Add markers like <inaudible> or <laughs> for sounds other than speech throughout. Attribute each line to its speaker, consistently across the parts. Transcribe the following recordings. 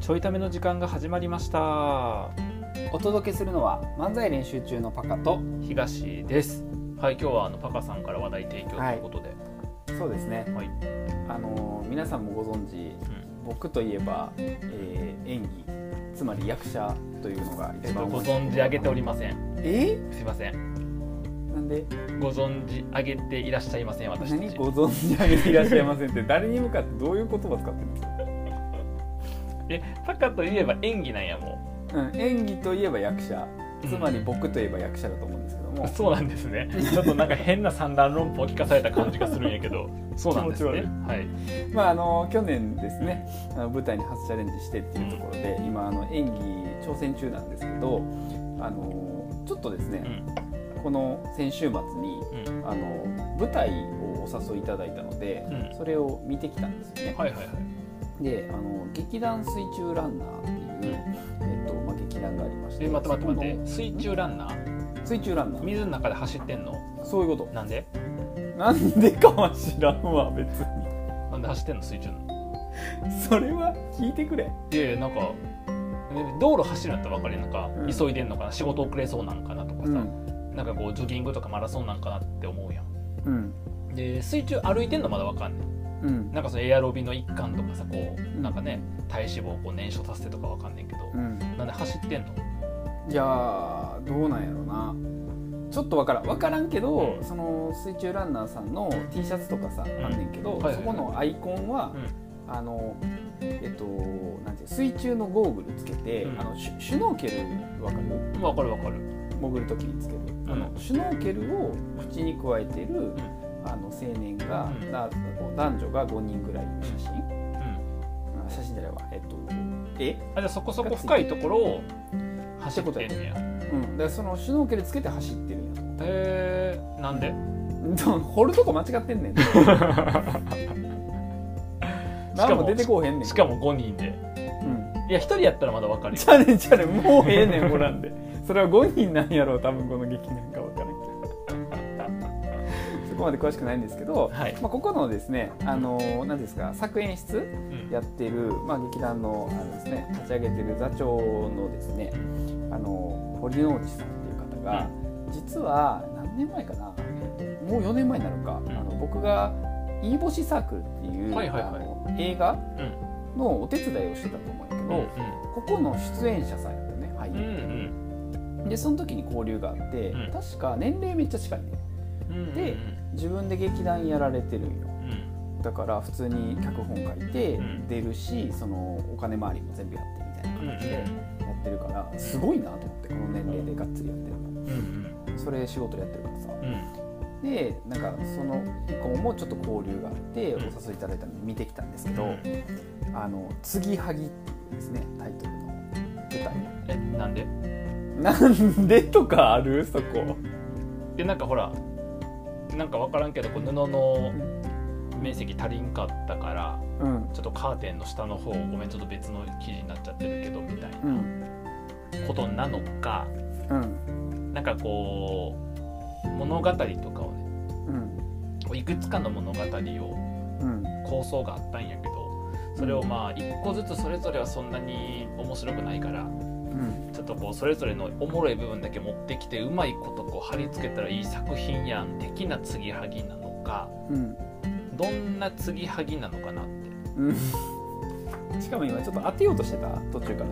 Speaker 1: ちょいための時間が始まりました
Speaker 2: お届けするのは漫才練習中のパカと
Speaker 1: 東ですはい今日はあのパカさんから話題提供ということで、
Speaker 2: そうですね、
Speaker 1: はい
Speaker 2: あのー皆さんもご存知僕といえば、えー演技つまり役者というのが
Speaker 1: えっ
Speaker 2: 一
Speaker 1: と
Speaker 2: 番
Speaker 1: ご存知上げておりません
Speaker 2: え
Speaker 1: すいません
Speaker 2: なんで
Speaker 1: ご存知上げていらっしゃいません私た
Speaker 2: 何
Speaker 1: ち
Speaker 2: ご存知上げていらっしゃいませんって誰に向かってどういう言葉使ってるんですか、
Speaker 1: えパカといえば演技なんやも
Speaker 2: うん、演技といえば役者
Speaker 1: う
Speaker 2: つまり
Speaker 1: うん
Speaker 2: 僕といえば役者だと思うんですけども、
Speaker 1: そうなんですねちょっとなんか変な三段論法を聞かされた感じがするんやけどそうなんですね
Speaker 2: 気
Speaker 1: はい
Speaker 2: まああの去年ですねあの舞台に初チャレンジしてっていうところで、今あの演技挑戦中なんですけどあのちょっとです
Speaker 1: う
Speaker 2: ね、
Speaker 1: ん
Speaker 2: この先週末に
Speaker 1: う
Speaker 2: あの舞台をお誘いいただいたので、
Speaker 1: うん
Speaker 2: それを見てきたんですよね。
Speaker 1: んはいはいはい
Speaker 2: であの劇団水中ランナーっていう、えっとまあ、劇団がありまして
Speaker 1: え待って待って待っ
Speaker 2: そ
Speaker 1: て水中ランナー
Speaker 2: この水中ランナー
Speaker 1: 水の中で走ってんの
Speaker 2: そういうこ
Speaker 1: なんで
Speaker 2: となんでかは知らんわ別に
Speaker 1: なんで走ってんの水中の
Speaker 2: それは聞いてくれ
Speaker 1: いやいやなんかね道路走るんだったら分かるやんなんか、
Speaker 2: うん
Speaker 1: 急いでんのかな仕事遅れそうなんかなとかさ、
Speaker 2: うん、
Speaker 1: なんかこうジョギングとかマラソンなんかなって思うやん
Speaker 2: うん
Speaker 1: で水中歩いてんのまだ分かんない
Speaker 2: うん
Speaker 1: なんかそのエアロビの一環とかさこうんなんかね体脂肪をこう燃焼させてとか分かんないけど、
Speaker 2: うん
Speaker 1: なんで走ってんの
Speaker 2: いやーどうなんやろなちょっとわからんわからんけど、
Speaker 1: うん
Speaker 2: その水中ランナーさんの T シャツとかさ、
Speaker 1: ん
Speaker 2: あんねんけど、
Speaker 1: はいはいはい
Speaker 2: そこのアイコンは、あのえっとなんていう水中のゴーグルつけて、
Speaker 1: うん
Speaker 2: あのシュシュノーケルわかる
Speaker 1: 分かる分かる
Speaker 2: 潜る時につける、あのシュノーケルを口に加えてる、あの青年が、
Speaker 1: うん
Speaker 2: だ男女が5人ぐらいの写真、
Speaker 1: うん
Speaker 2: あ写真じゃないわえっとえ
Speaker 1: あじゃあそこそこ深いところを走ってん
Speaker 2: って
Speaker 1: ねや
Speaker 2: うんだからそのシュノーケルつけて走ってるんやと思う
Speaker 1: へえー、なんで
Speaker 2: <laughs> 掘るとこ間違ってんね
Speaker 1: <laughs>
Speaker 2: ん何も出てこうへんねん
Speaker 1: しかも5人で
Speaker 2: うん
Speaker 1: いや1人やったらまだ分かるよ
Speaker 2: ちゃれちゃれもうええねんほら
Speaker 1: <laughs>
Speaker 2: んでそれは5人なんやろう多分この劇なんか分からんけど <laughs> そこまで詳しくないんですけど、
Speaker 1: はい、
Speaker 2: まあ、ここのですねあの何ですか作演室
Speaker 1: うん
Speaker 2: やってる、まあ、劇団のあのです、ね、立ち上げてる座長のですねあの堀之内さんっていう方が、実は何年前かなもう4年前になるか、
Speaker 1: ん
Speaker 2: あの僕が「飯星サークル」っていう、
Speaker 1: はいはいはい
Speaker 2: あの映画
Speaker 1: うん
Speaker 2: のお手伝いをしてたと思うんやけど、ここの出演者さんやったよね俳
Speaker 1: うんう
Speaker 2: 優、
Speaker 1: ん
Speaker 2: でその時に交流があって、
Speaker 1: うん
Speaker 2: 確か年齢めっちゃ近いね
Speaker 1: うん
Speaker 2: で自分で劇団やられてるんよ
Speaker 1: うん
Speaker 2: だから普通に脚本書いて
Speaker 1: うん
Speaker 2: 出るし、そのお金回りも全部やってみたいな
Speaker 1: うんうん
Speaker 2: 感じでやってるからすごいなと思ってこの年齢でがっつりやってるの
Speaker 1: うん
Speaker 2: それ仕事でやってるからさ
Speaker 1: うん
Speaker 2: でなんかその以降もちょっと交流があってお
Speaker 1: うん
Speaker 2: 誘いいただいたので見てきたんですけ
Speaker 1: うん
Speaker 2: ど「あの継ぎはぎ」っていうですねタイトルの舞台
Speaker 1: えなんで
Speaker 2: なんでとかあるそこ
Speaker 1: でなんかほらなんか分からんけどこう布の面積足りんかったから
Speaker 2: うん
Speaker 1: ちょっとカーテンの下の方ごめんちょっと別の生地になっちゃってるけどみたい
Speaker 2: うん
Speaker 1: なことなのか
Speaker 2: うん
Speaker 1: なんかこう物語とかをね
Speaker 2: うん
Speaker 1: こういくつかの物語を
Speaker 2: うん
Speaker 1: 構想があったんやけどそれをまあ一個ずつそれぞれはそんなに面白くないから
Speaker 2: うん
Speaker 1: ちょっとこうそれぞれのおもろい部分だけ持ってきてうまいことこう貼り付けたらいい作品やん的な継ぎはぎなのか
Speaker 2: うん
Speaker 1: どんな継ぎはぎなのかなって、
Speaker 2: うんしかも今ちょっと当てようとしてた途中から。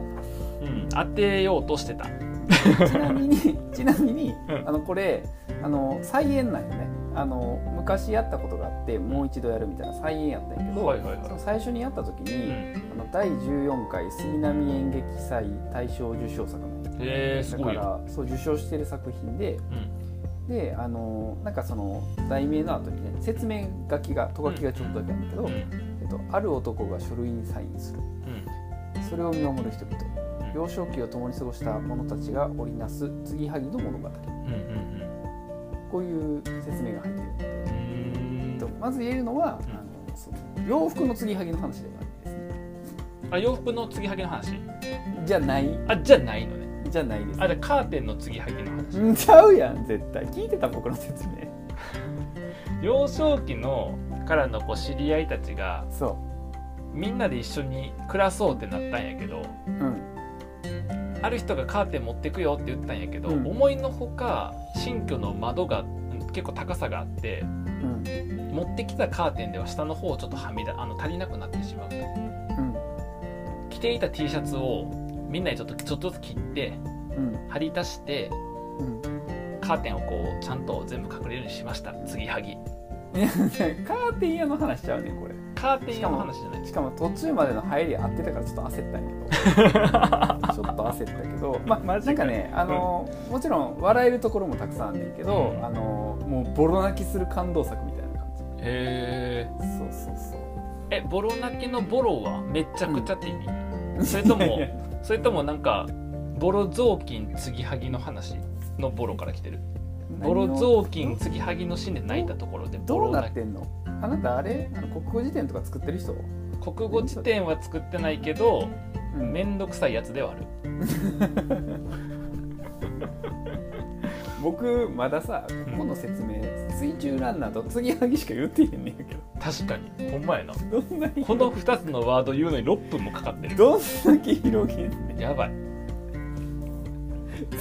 Speaker 1: うん、当てようとしてた
Speaker 2: ちなみに
Speaker 1: <laughs>
Speaker 2: ちなみに、
Speaker 1: うん
Speaker 2: あのこれあの再演なんよねあの昔やったことがあってもう一度やるみたいな再演やったんやけど、
Speaker 1: はいはいはい
Speaker 2: その最初にやった時
Speaker 1: う
Speaker 2: に、
Speaker 1: ん、
Speaker 2: あの第14回杉並演劇祭大賞受賞作なんよ
Speaker 1: えー、す
Speaker 2: だ
Speaker 1: ご
Speaker 2: か
Speaker 1: いよ、
Speaker 2: らそう受賞してる作品で
Speaker 1: うん、
Speaker 2: であのなんかその題名の後にね説明書きがと書きがちょっとだけあるんだけど、
Speaker 1: うん
Speaker 2: えっと、ある男が書類にサインするそれを見守る人々
Speaker 1: うん
Speaker 2: 幼少期を共に過ごした者たちが織りなす継ぎはぎの物語
Speaker 1: うんうん
Speaker 2: こういう説明が入ってるので、
Speaker 1: う
Speaker 2: えっ
Speaker 1: んう
Speaker 2: と
Speaker 1: ーん
Speaker 2: まず言えるのは、
Speaker 1: うん
Speaker 2: あのその洋服の継ぎはぎの話ではないですね
Speaker 1: あ洋服の継ぎはぎの話
Speaker 2: じゃない
Speaker 1: あじゃないのね
Speaker 2: じゃないです
Speaker 1: あじゃあカーテンの継ぎはぎの話
Speaker 2: うんちゃうやん絶対聞いてた僕の説明
Speaker 1: 幼少期のからのこう知り合いたちが
Speaker 2: そ
Speaker 1: みんなで一緒に暮らそうってなったんやけど
Speaker 2: うん
Speaker 1: ある人がカーテン持ってくよって言ったんやけど、
Speaker 2: うん
Speaker 1: 思いのほか新居の窓が結構高さがあって
Speaker 2: うん
Speaker 1: 持ってきたカーテンでは下の方をちょっとはみ出あの足りなくなってしまうと着ていた T シャツをみんなでちょっとちょっとずつ切って
Speaker 2: うん
Speaker 1: 貼り足して
Speaker 2: うん
Speaker 1: カーテンをこうちゃんと全部隠れるようにしました継ぎはぎ
Speaker 2: いやカーテン屋の話しちゃうねこれ
Speaker 1: カーテン屋の話じゃない
Speaker 2: しかも途中までの入り合ってたからちょっと焦ったんやけどちょっと焦ったけどまあまあなんかねあの、もちろん笑えるところもたくさんあんねんけど、
Speaker 1: うん
Speaker 2: あのもうボロ泣きする感動作みたいな感じ
Speaker 1: へ
Speaker 2: そうそうそう
Speaker 1: ええボロ泣きのボロはめちゃくちゃって意味、それともそれともなんかボロ雑巾継ぎはぎの話のボロから来てるボロ雑巾継ぎはぎのシーンで泣いたところでボ
Speaker 2: どう
Speaker 1: ロ
Speaker 2: なっ
Speaker 1: 泣
Speaker 2: てんのあなたあれあの国語辞典とか作ってる人、
Speaker 1: き国語辞典は作ってないけど
Speaker 2: うん
Speaker 1: 面倒くさいやつではある
Speaker 2: 僕まださここの説明、水中ランナーと継ぎはぎしか言ってへんねんけ
Speaker 1: 確かにほんまやな
Speaker 2: どどんなに
Speaker 1: この2つのワード言うのに6分もかかってる
Speaker 2: どんだけ広げんねん
Speaker 1: やばい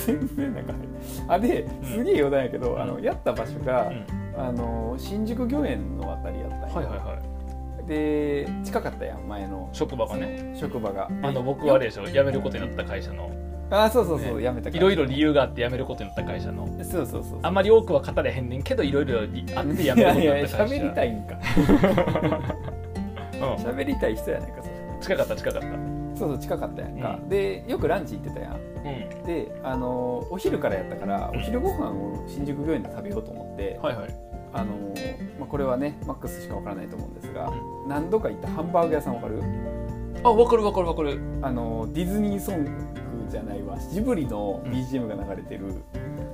Speaker 2: 全然なんか入るあですげえ余談やけど、
Speaker 1: うん
Speaker 2: あのやった場所が、
Speaker 1: うん
Speaker 2: あの新宿御苑のあたりやったんや、
Speaker 1: はいはいは
Speaker 2: で近かったやん前の
Speaker 1: い職場がね
Speaker 2: 職場が
Speaker 1: あの僕はあれでしょ辞めることになった会社の
Speaker 2: あそうそうそう、
Speaker 1: ね
Speaker 2: やめたから
Speaker 1: いろいろ理由があって辞めることになった会社の
Speaker 2: そうそうそう
Speaker 1: あんまり多くは語れへんねんけどいろいろりあって辞めること
Speaker 2: い
Speaker 1: に
Speaker 2: やい
Speaker 1: な
Speaker 2: や
Speaker 1: った会社
Speaker 2: 喋りたいんか
Speaker 1: うん
Speaker 2: <laughs> 喋りたい人やないかそれ
Speaker 1: 近かった近かった
Speaker 2: そうそう近かったやんか、
Speaker 1: う
Speaker 2: でよくランチ行ってたやん
Speaker 1: うん
Speaker 2: であのお昼からやったから
Speaker 1: うん
Speaker 2: お昼ご飯を新宿御苑で食べようと思って、
Speaker 1: はいはい
Speaker 2: あのまあ、これはねマックスしかわからないと思うんですが、
Speaker 1: う
Speaker 2: 何度か行ったハンバーグ屋さんわかる
Speaker 1: あわかるわかるわかる
Speaker 2: あのディズニーソングじゃないわジブリの BGM が流れてる、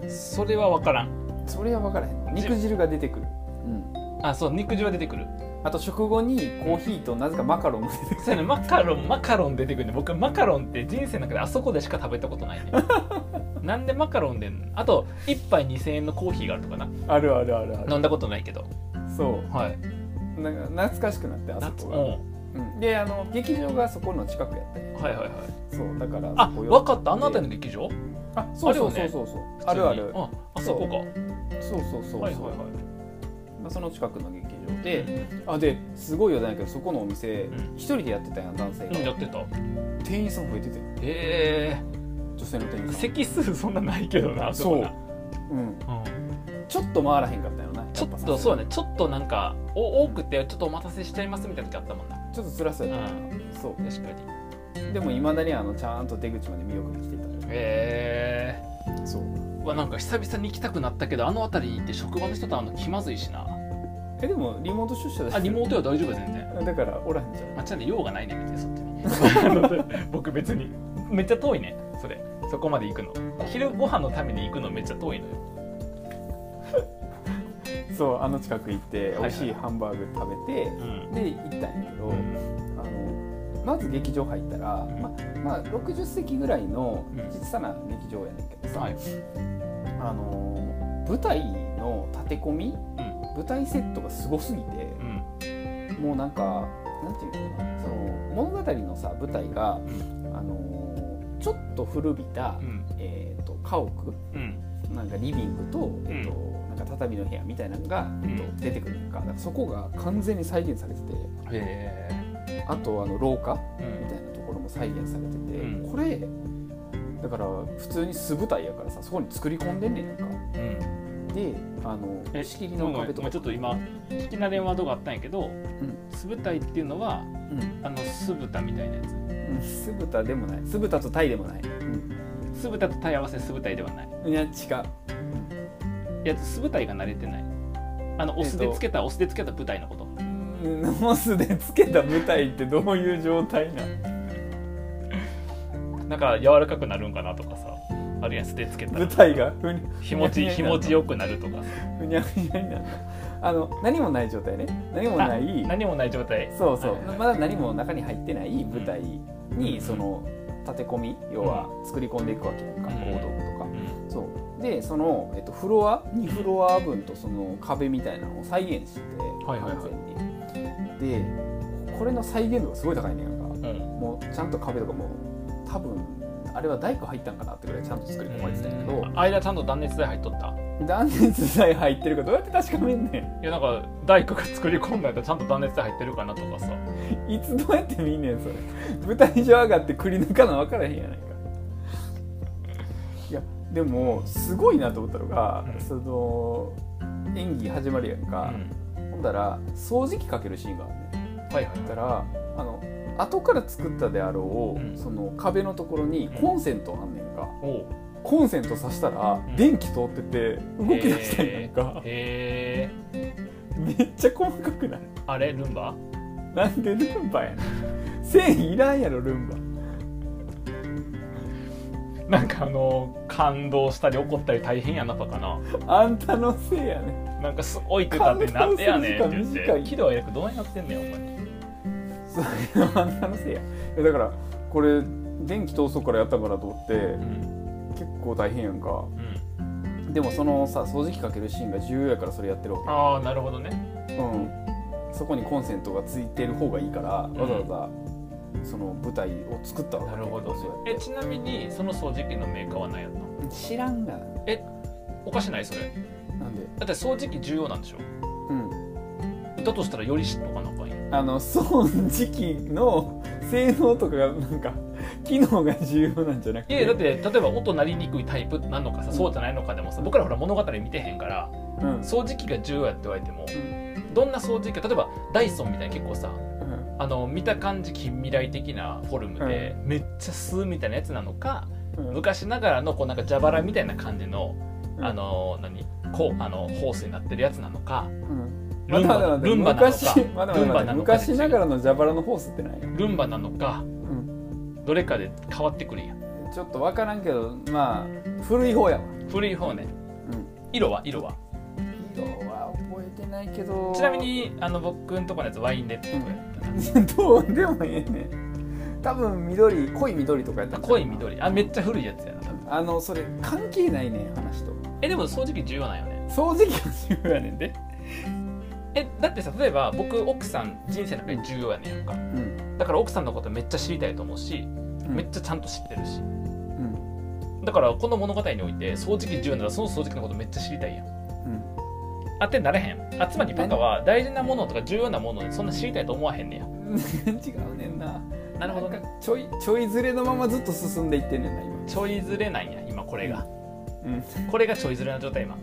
Speaker 1: それはわからん
Speaker 2: それは分からへんの肉汁が出てくる、うん、
Speaker 1: あそう肉汁は出てくる
Speaker 2: あと食後にコーヒーとなぜかマカロンも出てくる
Speaker 1: そうやねマカロンマカロン出てくるね僕マカロンって人生の中であそこでしか食べたことないね
Speaker 2: <laughs>
Speaker 1: なんでマカロンでんのあと1杯2000円のコーヒーがあるとかな
Speaker 2: <laughs> あるあるあるある
Speaker 1: 飲んだことないけど
Speaker 2: そ
Speaker 1: はい、
Speaker 2: うなんか懐かしくなってあそ
Speaker 1: 夏う
Speaker 2: こ
Speaker 1: ん、
Speaker 2: が、うん、であの劇場がそこの近くやったんや
Speaker 1: はいはいはい
Speaker 2: そうだから
Speaker 1: あ
Speaker 2: そこ寄
Speaker 1: わかったあの辺りの劇場
Speaker 2: あそうそう
Speaker 1: ある
Speaker 2: そ
Speaker 1: よ
Speaker 2: う
Speaker 1: ね
Speaker 2: そうそうあるあ
Speaker 1: 普
Speaker 2: る
Speaker 1: 通にああそこか
Speaker 2: そうそうそうそう、
Speaker 1: はいはいはい
Speaker 2: まあ、その近くの劇場で
Speaker 1: で、
Speaker 2: あですごいよだやけどそこのお店
Speaker 1: うん
Speaker 2: 一、人でやってたやん男性
Speaker 1: うん、や
Speaker 2: が
Speaker 1: ってたへ
Speaker 2: 店員さん増えてて
Speaker 1: え
Speaker 2: 女性の店員さん
Speaker 1: 席数そんなないけどなあこな
Speaker 2: うん、
Speaker 1: うん
Speaker 2: ちょっと回らへんかったよな
Speaker 1: ちょ
Speaker 2: やぱ
Speaker 1: っ
Speaker 2: さ
Speaker 1: とそうだねちょっとなんかお多くてちょっとお待たせしちゃいますみたいな時あったもんな
Speaker 2: ちょっと辛そうやったな、
Speaker 1: う
Speaker 2: そ
Speaker 1: 確かに
Speaker 2: うでもいまだにあのちゃんと出口まで見送り来てた
Speaker 1: へえ
Speaker 2: そう
Speaker 1: わなんか久々に行きたくなったけどあの辺りに行って職場の人と会うの気まずいしな
Speaker 2: えでもリモート出社だし
Speaker 1: あリモートは大丈夫全然
Speaker 2: だからおらんじゃん
Speaker 1: まあちゃんと用がないね別にそっちに <laughs> 僕別にめっちゃ遠いねそれそこまで行くの昼ご飯のために行くのめっちゃ遠いのよ
Speaker 2: そうあの近く行っ
Speaker 1: は
Speaker 2: て
Speaker 1: い
Speaker 2: 美味しいハンバーグ食べて、
Speaker 1: うん
Speaker 2: で行ったんやけど、あのまず劇場入ったら、
Speaker 1: ん
Speaker 2: ままあ、60席ぐらいの
Speaker 1: うん
Speaker 2: 小さな劇場やねんけどさ、
Speaker 1: はい
Speaker 2: あの舞台の立て込み、舞台セットがすごすぎて、
Speaker 1: うん
Speaker 2: もうなんかなんていうのかなその物語のさ舞台が、
Speaker 1: う
Speaker 2: あのちょっと古びた、
Speaker 1: うん
Speaker 2: えー、と家屋
Speaker 1: うん
Speaker 2: なんかリビングと,、えーとなんか畳の部屋みたいなのが、えー
Speaker 1: うん
Speaker 2: と出てくるのかだからそこが完全に再現されてて
Speaker 1: へえ
Speaker 2: あとあの廊下
Speaker 1: う
Speaker 2: みた
Speaker 1: ん
Speaker 2: いなところも再現されてて、
Speaker 1: うん
Speaker 2: これだから普通に素舞台やからさそこに作り込んでんねんなんか
Speaker 1: うん
Speaker 2: であの
Speaker 1: え
Speaker 2: 仕切りの壁と
Speaker 1: ごめんごめん
Speaker 2: か
Speaker 1: ちょっと今聞き慣れんワードがあったんやけど、
Speaker 2: ん
Speaker 1: 酢豚いっていうのは
Speaker 2: うん
Speaker 1: あの酢豚みたいなや
Speaker 2: うん酢豚でもない酢豚とタイでもない、うん
Speaker 1: つ酢豚と対合わせ酢豚いではない
Speaker 2: いや違う
Speaker 1: いや酢豚いが慣れてないあのお酢でつけた、お酢でつけた舞台のこと
Speaker 2: うんモスでつけた舞台ってどういう状態なの
Speaker 1: なんか柔らかくなるんかなとかさあるやん酢でつけたら
Speaker 2: 舞台がふに
Speaker 1: 日持ち
Speaker 2: ふ
Speaker 1: 日
Speaker 2: にゃふにゃになるの
Speaker 1: 持ちよくなるとかさ
Speaker 2: ふにゃふにゃになるのあの何もない状態ね何もな
Speaker 1: あ
Speaker 2: い
Speaker 1: 何もない状態
Speaker 2: そうそう、
Speaker 1: はいはいはい
Speaker 2: まだ何も中に入ってない舞台
Speaker 1: うん
Speaker 2: にその立て込み要は作り込んでいくわけやんか
Speaker 1: うん
Speaker 2: 大道具とか
Speaker 1: う。ん
Speaker 2: そうでその、えっと、フロア2フロア分とその壁みたいなのを再現して
Speaker 1: はいはいはい
Speaker 2: 完全にでこれの再現度がすごい高いねなんか
Speaker 1: うん
Speaker 2: もうちゃんと壁とかも多分あれは大工入ったんかなってぐらいちゃんと作り込まれてたんやけど、
Speaker 1: 間ちゃんと断熱材入っとった
Speaker 2: 断熱材入ってるかどうやって確かめんねん
Speaker 1: いやなんか大工が作り込んだやつちゃんと断熱材入ってるかなとかさ
Speaker 2: いつどうやって見んねんそれ舞台上上がってくり抜かな分からへんやないかいやでもすごいなと思ったのが、
Speaker 1: うん
Speaker 2: その演技始まるやん
Speaker 1: う
Speaker 2: か、
Speaker 1: ん
Speaker 2: ほんだら掃除機かけるシーンがあるね
Speaker 1: はいはい
Speaker 2: だからあの後から作ったであろう、
Speaker 1: うん
Speaker 2: その壁のところにコンセントあんねんか
Speaker 1: おう
Speaker 2: コンセントさしたら
Speaker 1: ん
Speaker 2: 電気通ってて動き出したんやんか、
Speaker 1: へえ
Speaker 2: めっちゃ細かくない
Speaker 1: あれルンバ
Speaker 2: なんでルンバやねん繊維いらんやろルンバ
Speaker 1: なんかあの感動したり怒ったり大変やなとかな
Speaker 2: あんたのせいやね
Speaker 1: なんかすごいってたってなんでやねんって言っ
Speaker 2: 感動する時間短
Speaker 1: て
Speaker 2: い
Speaker 1: 喜怒哀楽どうやってんねんお前
Speaker 2: それはあんたのせいやいやだからこれ電気通そうからやったからと思って
Speaker 1: うん
Speaker 2: 結構大変やんか
Speaker 1: うん
Speaker 2: でもそのさ掃除機かけるシーンが重要やからそれやってるわ
Speaker 1: ああなるほどね
Speaker 2: けうんそこにコンセントがついてる方がいいからわざわざその舞台を作ったわけ
Speaker 1: なるほどね
Speaker 2: そうや
Speaker 1: え
Speaker 2: っ
Speaker 1: ちなみにその掃除機のメーカーは何やったの
Speaker 2: て知らんがな
Speaker 1: おかしないそれ
Speaker 2: なんで
Speaker 1: だって掃除機重要なんでしょ
Speaker 2: うん
Speaker 1: だとしたらより知っとかなあかんやん
Speaker 2: あの掃除機の性能とかがなんか機能が重要なんじゃなく
Speaker 1: い
Speaker 2: て
Speaker 1: やいやだって例えば音鳴りにくいタイプなのかさ
Speaker 2: うん
Speaker 1: そうじゃないのかでもさ僕らほら物語見てへんから
Speaker 2: うん
Speaker 1: 掃除機が重要やって言われてもどんな掃除機か例えばダイソンみたいな結構さ
Speaker 2: うん
Speaker 1: あの見た感じ近未来的なフォルムでめっちゃ吸うみたいなやつなのか
Speaker 2: うん
Speaker 1: 昔ながらのこうなんか蛇腹みたいな感じの
Speaker 2: うん
Speaker 1: あの何こうあのホースになってるやつなのか
Speaker 2: うん
Speaker 1: ルンバ
Speaker 2: まだまだ
Speaker 1: ルンバなのか
Speaker 2: 昔まだまだ
Speaker 1: ルン
Speaker 2: ま
Speaker 1: バ
Speaker 2: だ
Speaker 1: なのか
Speaker 2: 昔ながらの蛇腹のホースってない、
Speaker 1: ルンバなのかどれかで変わってくるんやん
Speaker 2: ちょっと分からんけどまあ古い方やわ、
Speaker 1: 古い方ね
Speaker 2: うん、
Speaker 1: 色は色は
Speaker 2: 色は覚えてないけど
Speaker 1: ちなみにあの僕んとこのやつワインレッドとかやったな
Speaker 2: <laughs> どうでもええねん多分緑濃い緑とかやったんちゃう
Speaker 1: 濃い緑あめっちゃ古いやつやな多分
Speaker 2: あのそれ関係ないねん話と
Speaker 1: えでも掃除機重要なんよね
Speaker 2: 掃除機が重要やねんで
Speaker 1: えだってさ例えば僕奥さん人生の中で重要やねんやんか
Speaker 2: うん
Speaker 1: だから奥さんのことめっちゃ知りたいと思うし
Speaker 2: うん
Speaker 1: めっちゃちゃんと知ってるし
Speaker 2: うん
Speaker 1: だからこの物語において掃除機重要ならその掃除機のことめっちゃ知りたいやん
Speaker 2: うん
Speaker 1: あってなれへんあつまりパカは大事なものとか重要なものにそんな知りたいと思わへんね
Speaker 2: <laughs> 違うねんな
Speaker 1: やなるほどね
Speaker 2: なんかちょいちょいずれのままずっと進んでいってんねんな今
Speaker 1: ちょいずれなんや今これが
Speaker 2: うん
Speaker 1: これがちょいずれな状態今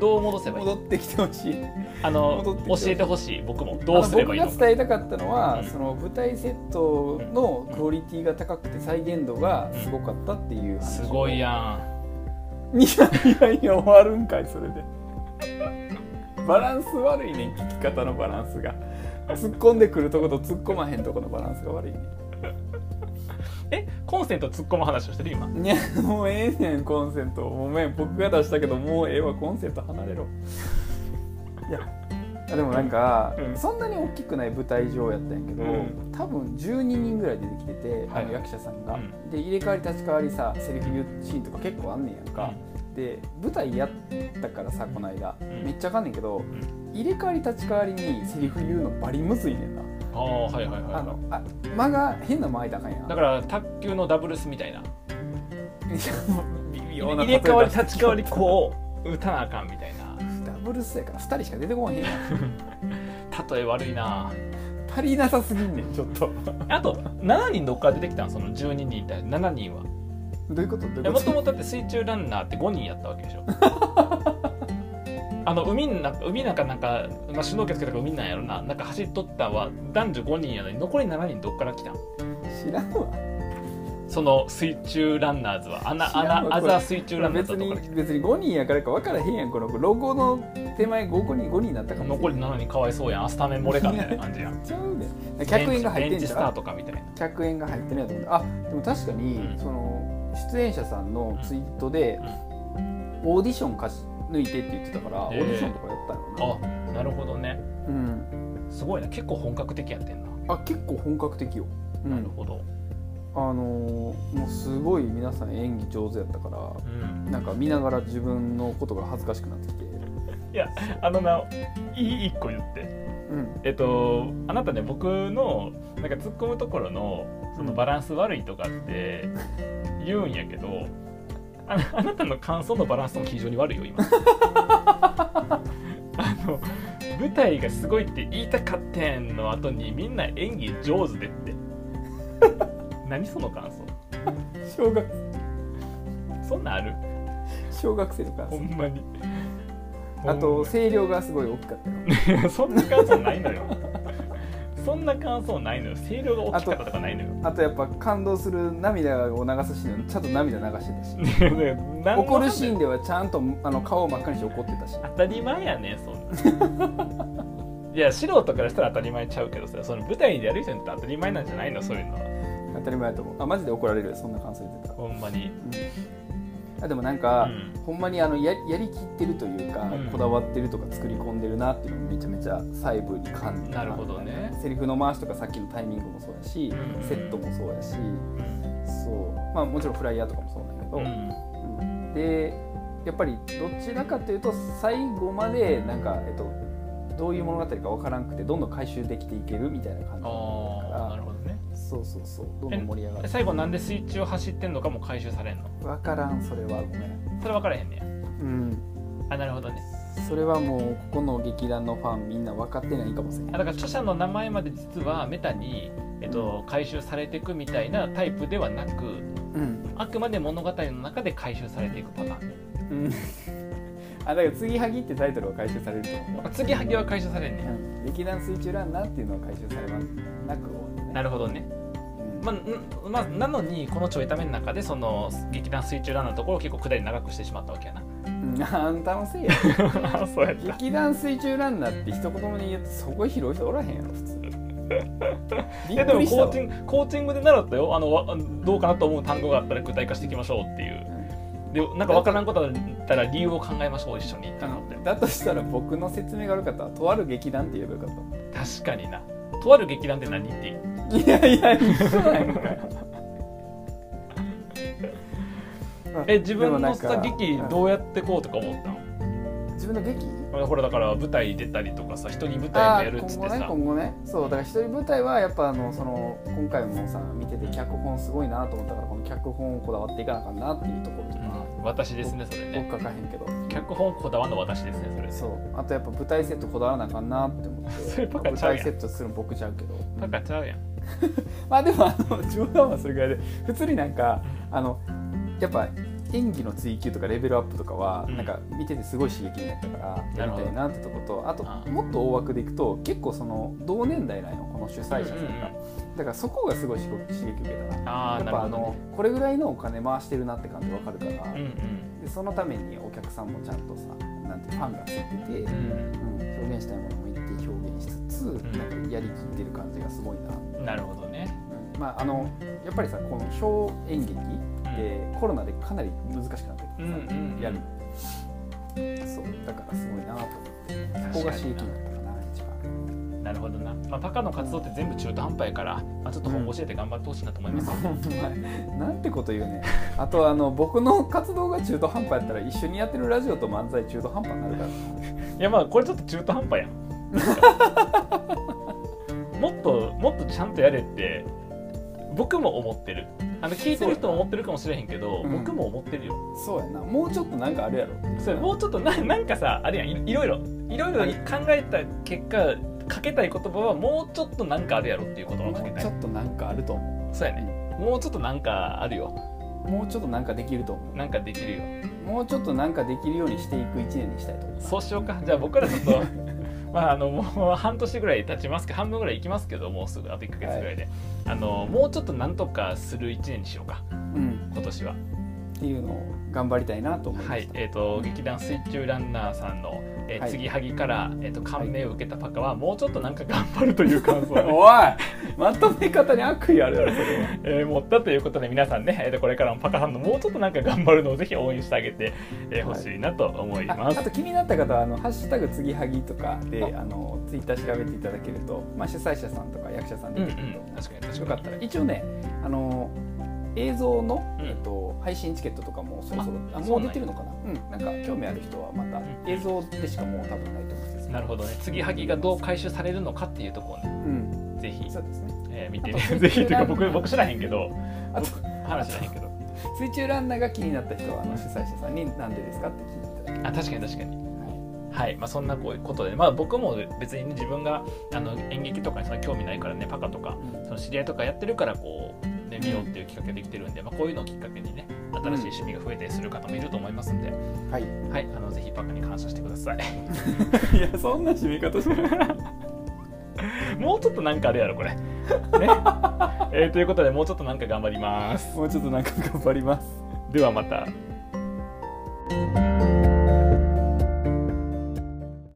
Speaker 1: どう戻せばいい
Speaker 2: 戻ってきてほしい
Speaker 1: あの
Speaker 2: 戻ってきて
Speaker 1: 教えてほしい僕もどうすればいい
Speaker 2: あ
Speaker 1: のか
Speaker 2: の僕が伝えたかったのは、
Speaker 1: うん
Speaker 2: その舞台セットのクオリティが高くて再現度がすごかったっていう話
Speaker 1: すごいやん
Speaker 2: いやいやいや終わるんかいそれでバランス悪いねん聞き方のバランスが突っ込んでくるとこと突っ込まへんとこのバランスが悪いね
Speaker 1: えコンセント突っ込む話をしてる今
Speaker 2: んいやもうええねんコンセントごめん僕が出したけどもうええわコンセント離れろいやあでもなんか、
Speaker 1: うん
Speaker 2: そんなに大きくない舞台上やったんやけど、
Speaker 1: うん
Speaker 2: 多分12人ぐらい出てきてて、
Speaker 1: はい
Speaker 2: あの役者さんが、
Speaker 1: うん
Speaker 2: で入れ替わり立ち替わりさセリフ言うシーンとか結構あんねんやんか、で舞台やったからさこの間、
Speaker 1: ん
Speaker 2: めっちゃわかんねんけど、
Speaker 1: ん
Speaker 2: 入れ替わり立ち替わりにセリフ言うのバリむずいねんな、
Speaker 1: ああはいはいはい
Speaker 2: あ
Speaker 1: は
Speaker 2: のあ間が変な間空いたらあかんやん
Speaker 1: い
Speaker 2: <laughs>
Speaker 1: だから卓球のダブルスみたいない
Speaker 2: やもう微妙な
Speaker 1: 入れ替わり
Speaker 2: 例え
Speaker 1: 立ち替わりこ <laughs> う打たなあかんみたいな
Speaker 2: 出してダブルスやから2人しか出てこへんやん
Speaker 1: 例え悪いな
Speaker 2: 足りなさすぎんねんちょっと
Speaker 1: あと7人どっから出てきたんその12人いた7人は
Speaker 2: どういうことどういう
Speaker 1: も
Speaker 2: こと
Speaker 1: もとだって水中ランナーって5人やったわけでしょ <laughs> あの海の中海なんかなんか、まあ、首脳客とか海なんやろななんか走っとったんは男女5人やのに残り7人どっから来たん
Speaker 2: 知らんわ
Speaker 1: その水中ランナーズは穴
Speaker 2: 知らんわ
Speaker 1: 穴ア
Speaker 2: これ
Speaker 1: ザ水中ランナーズ
Speaker 2: 別
Speaker 1: はどっから来
Speaker 2: に別に5人やからか分からへんやんこのロゴの手前5個に5人になった
Speaker 1: た
Speaker 2: か
Speaker 1: ん
Speaker 2: もし
Speaker 1: 残
Speaker 2: れ
Speaker 1: り
Speaker 2: ん
Speaker 1: 7人かわいそうやんスタメン漏れかみたいな感じやん
Speaker 2: ちゃうねん <laughs> 客円が入って
Speaker 1: ベ
Speaker 2: ん
Speaker 1: ンチ
Speaker 2: じ
Speaker 1: ス
Speaker 2: ゃ
Speaker 1: タ
Speaker 2: ん
Speaker 1: ーとかみたいな
Speaker 2: 100円が入ってないと思ってあでも確かに、
Speaker 1: うん
Speaker 2: その出演者さんのツイートで、オーディション勝ち抜いてって言ってたから、
Speaker 1: えー
Speaker 2: オーディションとかやったのか
Speaker 1: あなるほどね
Speaker 2: な、うん、
Speaker 1: すごいな結構本格的やってんな、
Speaker 2: あ結構本格的よ、うん
Speaker 1: なるほど、
Speaker 2: あのーもうすごい皆さん演技上手やったから
Speaker 1: うん、
Speaker 2: なんか見ながら自分のことが恥ずかしくなってきて
Speaker 1: やあのないい一個言って
Speaker 2: うん
Speaker 1: えっとあなたね僕のなんか突っ込むところのそのバランス悪いとかって言うんやけどあなあなたの感想のバランスも非常に悪いよ
Speaker 2: <laughs>
Speaker 1: 今あの舞台がすごいって言いたかってんの後にみんな演技上手でって
Speaker 2: <laughs>
Speaker 1: 何その感想
Speaker 2: 小学
Speaker 1: そんなんある
Speaker 2: 小学生とか
Speaker 1: ほんまに
Speaker 2: あと声量がすごい大きかったよ
Speaker 1: いや <laughs> そんな感想ないのよそんな感想ないのよ声量が大きかったとかないのよ
Speaker 2: あとやっぱ感動する涙を流すシーンでちゃんと涙流してたし怒
Speaker 1: 怒
Speaker 2: るシーンではちゃんとあの顔を真っ赤にして怒ってたし
Speaker 1: 当たり前やねそんないや素人からしたら当たり前ちゃうけどさその舞台でやる人にとって当たり前なんじゃないのそういうのは
Speaker 2: 当たり前だと思うあマジで怒られるよそんな感想言ってたら
Speaker 1: ほんまに
Speaker 2: あでもなんか、
Speaker 1: うん
Speaker 2: ほんまにあのややりきってるというか、
Speaker 1: うん
Speaker 2: こだわってるとか作り込んでるなっていうのをめちゃめちゃ細部に感じた
Speaker 1: なるほどね
Speaker 2: セリフの回しとかさっきのタイミングもそうやし、
Speaker 1: うん
Speaker 2: セットもそうやし
Speaker 1: うん
Speaker 2: そうまあもちろんフライヤーとかもそうなんだけど、うんでやっぱりどちらかというと最後までなんか、えっと、どういう物語か分からんくてどんどん回収できていけるみたいな感じ
Speaker 1: ああなるほどね
Speaker 2: そうそうそうどんどん盛り上がる
Speaker 1: 最後なんで水中走ってんのかも回収されんの
Speaker 2: 分からんそれはごめん、
Speaker 1: それ分からへんねや
Speaker 2: うん、
Speaker 1: あなるほどね
Speaker 2: それはもうここの劇団のファンみんな分かってないかもしれ
Speaker 1: あ
Speaker 2: な
Speaker 1: だ
Speaker 2: い
Speaker 1: から著者の名前まで実はメタに、えっと、回収されていくみたいなタイプではなく
Speaker 2: うん、
Speaker 1: あくまで物語の中で回収されていくパターン
Speaker 2: うん、あだから「継ぎはぎ」ってタイトルは回収されると思う
Speaker 1: あ次ハゲは回収されんね
Speaker 2: うん劇団水中ランナーっていうのは回収されなく終わる
Speaker 1: やなるほどね、まあんまあ、なのにこのちょいための中でその劇団水中ランナーのところを結構下り長くしてしまったわけ
Speaker 2: <laughs>
Speaker 1: やな
Speaker 2: うんあんたのせいや
Speaker 1: あそうやっ <laughs>
Speaker 2: 劇団水中ランナーって一言も言うとそこ広い人おらへんやろ普通び
Speaker 1: や
Speaker 2: っ
Speaker 1: で
Speaker 2: く
Speaker 1: も
Speaker 2: りした
Speaker 1: コー
Speaker 2: わ
Speaker 1: チングコーチングで習ったよあのわどうかなと思う単語があったら具体化していきましょうっていうでなんか分からんことあったら理由を考えましょう一緒にってなって
Speaker 2: だとしたら僕の説明が悪かったらとある劇団って言えばよかっ
Speaker 1: 確かになとある劇団って何っていう
Speaker 2: たいやいや一緒やんか
Speaker 1: え自分のさ
Speaker 2: でも
Speaker 1: 劇
Speaker 2: なんか
Speaker 1: どうやってこうとか思ったの
Speaker 2: 自分の劇
Speaker 1: ほらだから舞台出たりとかさ人に舞
Speaker 2: あ
Speaker 1: 台
Speaker 2: あ
Speaker 1: もやるっつ
Speaker 2: ー
Speaker 1: って
Speaker 2: 今後ね
Speaker 1: さ
Speaker 2: 今後ねそうだから一人舞台はやっぱあのその今回もさ見てて脚本すごいなと思ったからこの脚本をこだわっていかなあかんなっていうところと
Speaker 1: う
Speaker 2: か、
Speaker 1: ん私ですねそれ
Speaker 2: 僕
Speaker 1: ね
Speaker 2: 書かへんけど
Speaker 1: 脚本こだわんの私ですねそれ
Speaker 2: そうあとやっぱ舞台セットこだわらなあかんなって思っ
Speaker 1: それ
Speaker 2: て
Speaker 1: バカ
Speaker 2: 舞
Speaker 1: ちゃうやん
Speaker 2: 台セットするの僕ちゃうけど
Speaker 1: パカちゃうやん
Speaker 2: まあでもあの冗談はそれぐらいで普通になんかあのやっぱ演技の追求とかレベルアップとかは、
Speaker 1: うん
Speaker 2: なんか見ててすごい刺激になったから
Speaker 1: なる
Speaker 2: や
Speaker 1: ほど
Speaker 2: りたいなってとことあと
Speaker 1: ああ
Speaker 2: もっと大枠でいくと結構その同年代なんよこの主催者さんが、
Speaker 1: うんうん
Speaker 2: だからそこがすごい刺激受けた
Speaker 1: ああ
Speaker 2: なやっ
Speaker 1: なる
Speaker 2: ぱ
Speaker 1: ほ
Speaker 2: あ
Speaker 1: ど
Speaker 2: の
Speaker 1: ね
Speaker 2: これぐらいのお金回してるなって感じわかるから、
Speaker 1: うんうん
Speaker 2: でそのためにお客さんもちゃんとさなんてファンがついてて、
Speaker 1: う
Speaker 2: うん表現したいものも一定表現しつつ、なんかやりきってる感じがすごいなって
Speaker 1: んなるほどね
Speaker 2: うんまあ、あのやっぱりさこの小演劇ってコロナでかなり難しくなって
Speaker 1: う
Speaker 2: る
Speaker 1: んうんうん
Speaker 2: やるそうだからすごいなと思ってこ
Speaker 1: 確
Speaker 2: こが
Speaker 1: か
Speaker 2: 刺
Speaker 1: に
Speaker 2: 激になったかな一番
Speaker 1: なるほどな、まあ、パカの活動って全部中途半端やから、まあ、ちょっと本教えて頑張ってほしいなと思います、
Speaker 2: お前 <laughs> なんてこと言うねあとあの僕の活動が中途半端やったら一緒にやってるラジオと漫才中途半端になるから
Speaker 1: いやまあこれちょっと中途半端
Speaker 2: <laughs>
Speaker 1: やんもっともっとちゃんとやれって僕も思ってるあの聞いてる人も思ってるかもしれへんけど、
Speaker 2: うん
Speaker 1: 僕も思ってるよ
Speaker 2: そうやなもうちょっとなんかあるやろ
Speaker 1: それもうちょっとななんかさあれやんいいろいろいろいろ
Speaker 2: あれ
Speaker 1: 考えた結果かけたい言葉はもうちょっとなんかあるやろっていう言葉をかけ
Speaker 2: もう
Speaker 1: た
Speaker 2: ちょ
Speaker 1: い
Speaker 2: っとなんかあると思
Speaker 1: そうやねもうちょっとなんかあるよ
Speaker 2: うもうちょっとなんかできると思
Speaker 1: なんかできるよ
Speaker 2: うもうちょっとなんかできるようにしていく一年にしたいと思う
Speaker 1: そうしようかじゃあ僕らちょっ
Speaker 2: <laughs>
Speaker 1: とまああのもう半年ぐらい経ちますけど半分ぐらいいきますけどもうすぐあと1か月ぐらいで、あのもうちょっとなんとかする1年にしようか
Speaker 2: うん
Speaker 1: 今年は
Speaker 2: っていうのを頑張りたいなと思いま
Speaker 1: は
Speaker 2: し
Speaker 1: い
Speaker 2: た、
Speaker 1: えー、と劇団水中ランナーさんの、えー
Speaker 2: はい
Speaker 1: 継ぎはぎから、えー、と感銘を受けたパカはもうちょっとなんか頑張るという感想を、
Speaker 2: おいまとめ方に悪意あるやろそれは
Speaker 1: えー持ったということで皆さんね、えー、とこれからもパカさんのもうちょっとなんか頑張るのをぜひ応援してあげてえーほ、しいなと思い
Speaker 2: あ
Speaker 1: ます
Speaker 2: あ。と気になった方はあの「ハッシュタグつぎはぎ」とかで
Speaker 1: あ
Speaker 2: あのツイッター調べていただけると、まあ、主催者さんとか役者さん
Speaker 1: うん
Speaker 2: で
Speaker 1: うん
Speaker 2: 出てくると、
Speaker 1: 確かに
Speaker 2: よ
Speaker 1: 確
Speaker 2: か
Speaker 1: か
Speaker 2: っ
Speaker 1: に
Speaker 2: たら一応ねあの映像の、
Speaker 1: うん
Speaker 2: えっと、配信チケットとかもそろそろ
Speaker 1: あ
Speaker 2: あ
Speaker 1: そ
Speaker 2: も
Speaker 1: うな
Speaker 2: う
Speaker 1: んや
Speaker 2: 出てるのかな、うん、なんか興味ある人はまた
Speaker 1: ん
Speaker 2: 映像でしかもう多分ないと思うんですけ
Speaker 1: なるほどね継ぎはぎがどう回収されるのかっていうところをね
Speaker 2: うん、
Speaker 1: ぜひ、
Speaker 2: そうですね
Speaker 1: えー見て <laughs>
Speaker 2: あと
Speaker 1: ねぜひというか僕
Speaker 2: ライブ
Speaker 1: 僕知らへんけど
Speaker 2: あと
Speaker 1: 僕話知らへんけど
Speaker 2: 水中ランナーが気になった人はあの主催者さんに「なんでですか?」って聞いていただけ
Speaker 1: あ確かに確かにはいまあそんなこういうことでまあ僕も別にね自分があの演劇とかにそんな興味ないからねパカとかその知り合いとかやってるからこう、ね、見ようっていうきっかけできてるんで、まあ、こういうのをきっかけにね新しい趣味が増えたりする方もいると思いますんで、
Speaker 2: はい、
Speaker 1: はいあのぜひパカに感謝してください
Speaker 2: <laughs>
Speaker 1: <laughs>
Speaker 2: いやそんな締め方しない
Speaker 1: もうちょっとなんかあれやろこれね、えーということでもうちょっとなんか頑張ります
Speaker 2: もうちょっとなんか頑張ります
Speaker 1: ではまた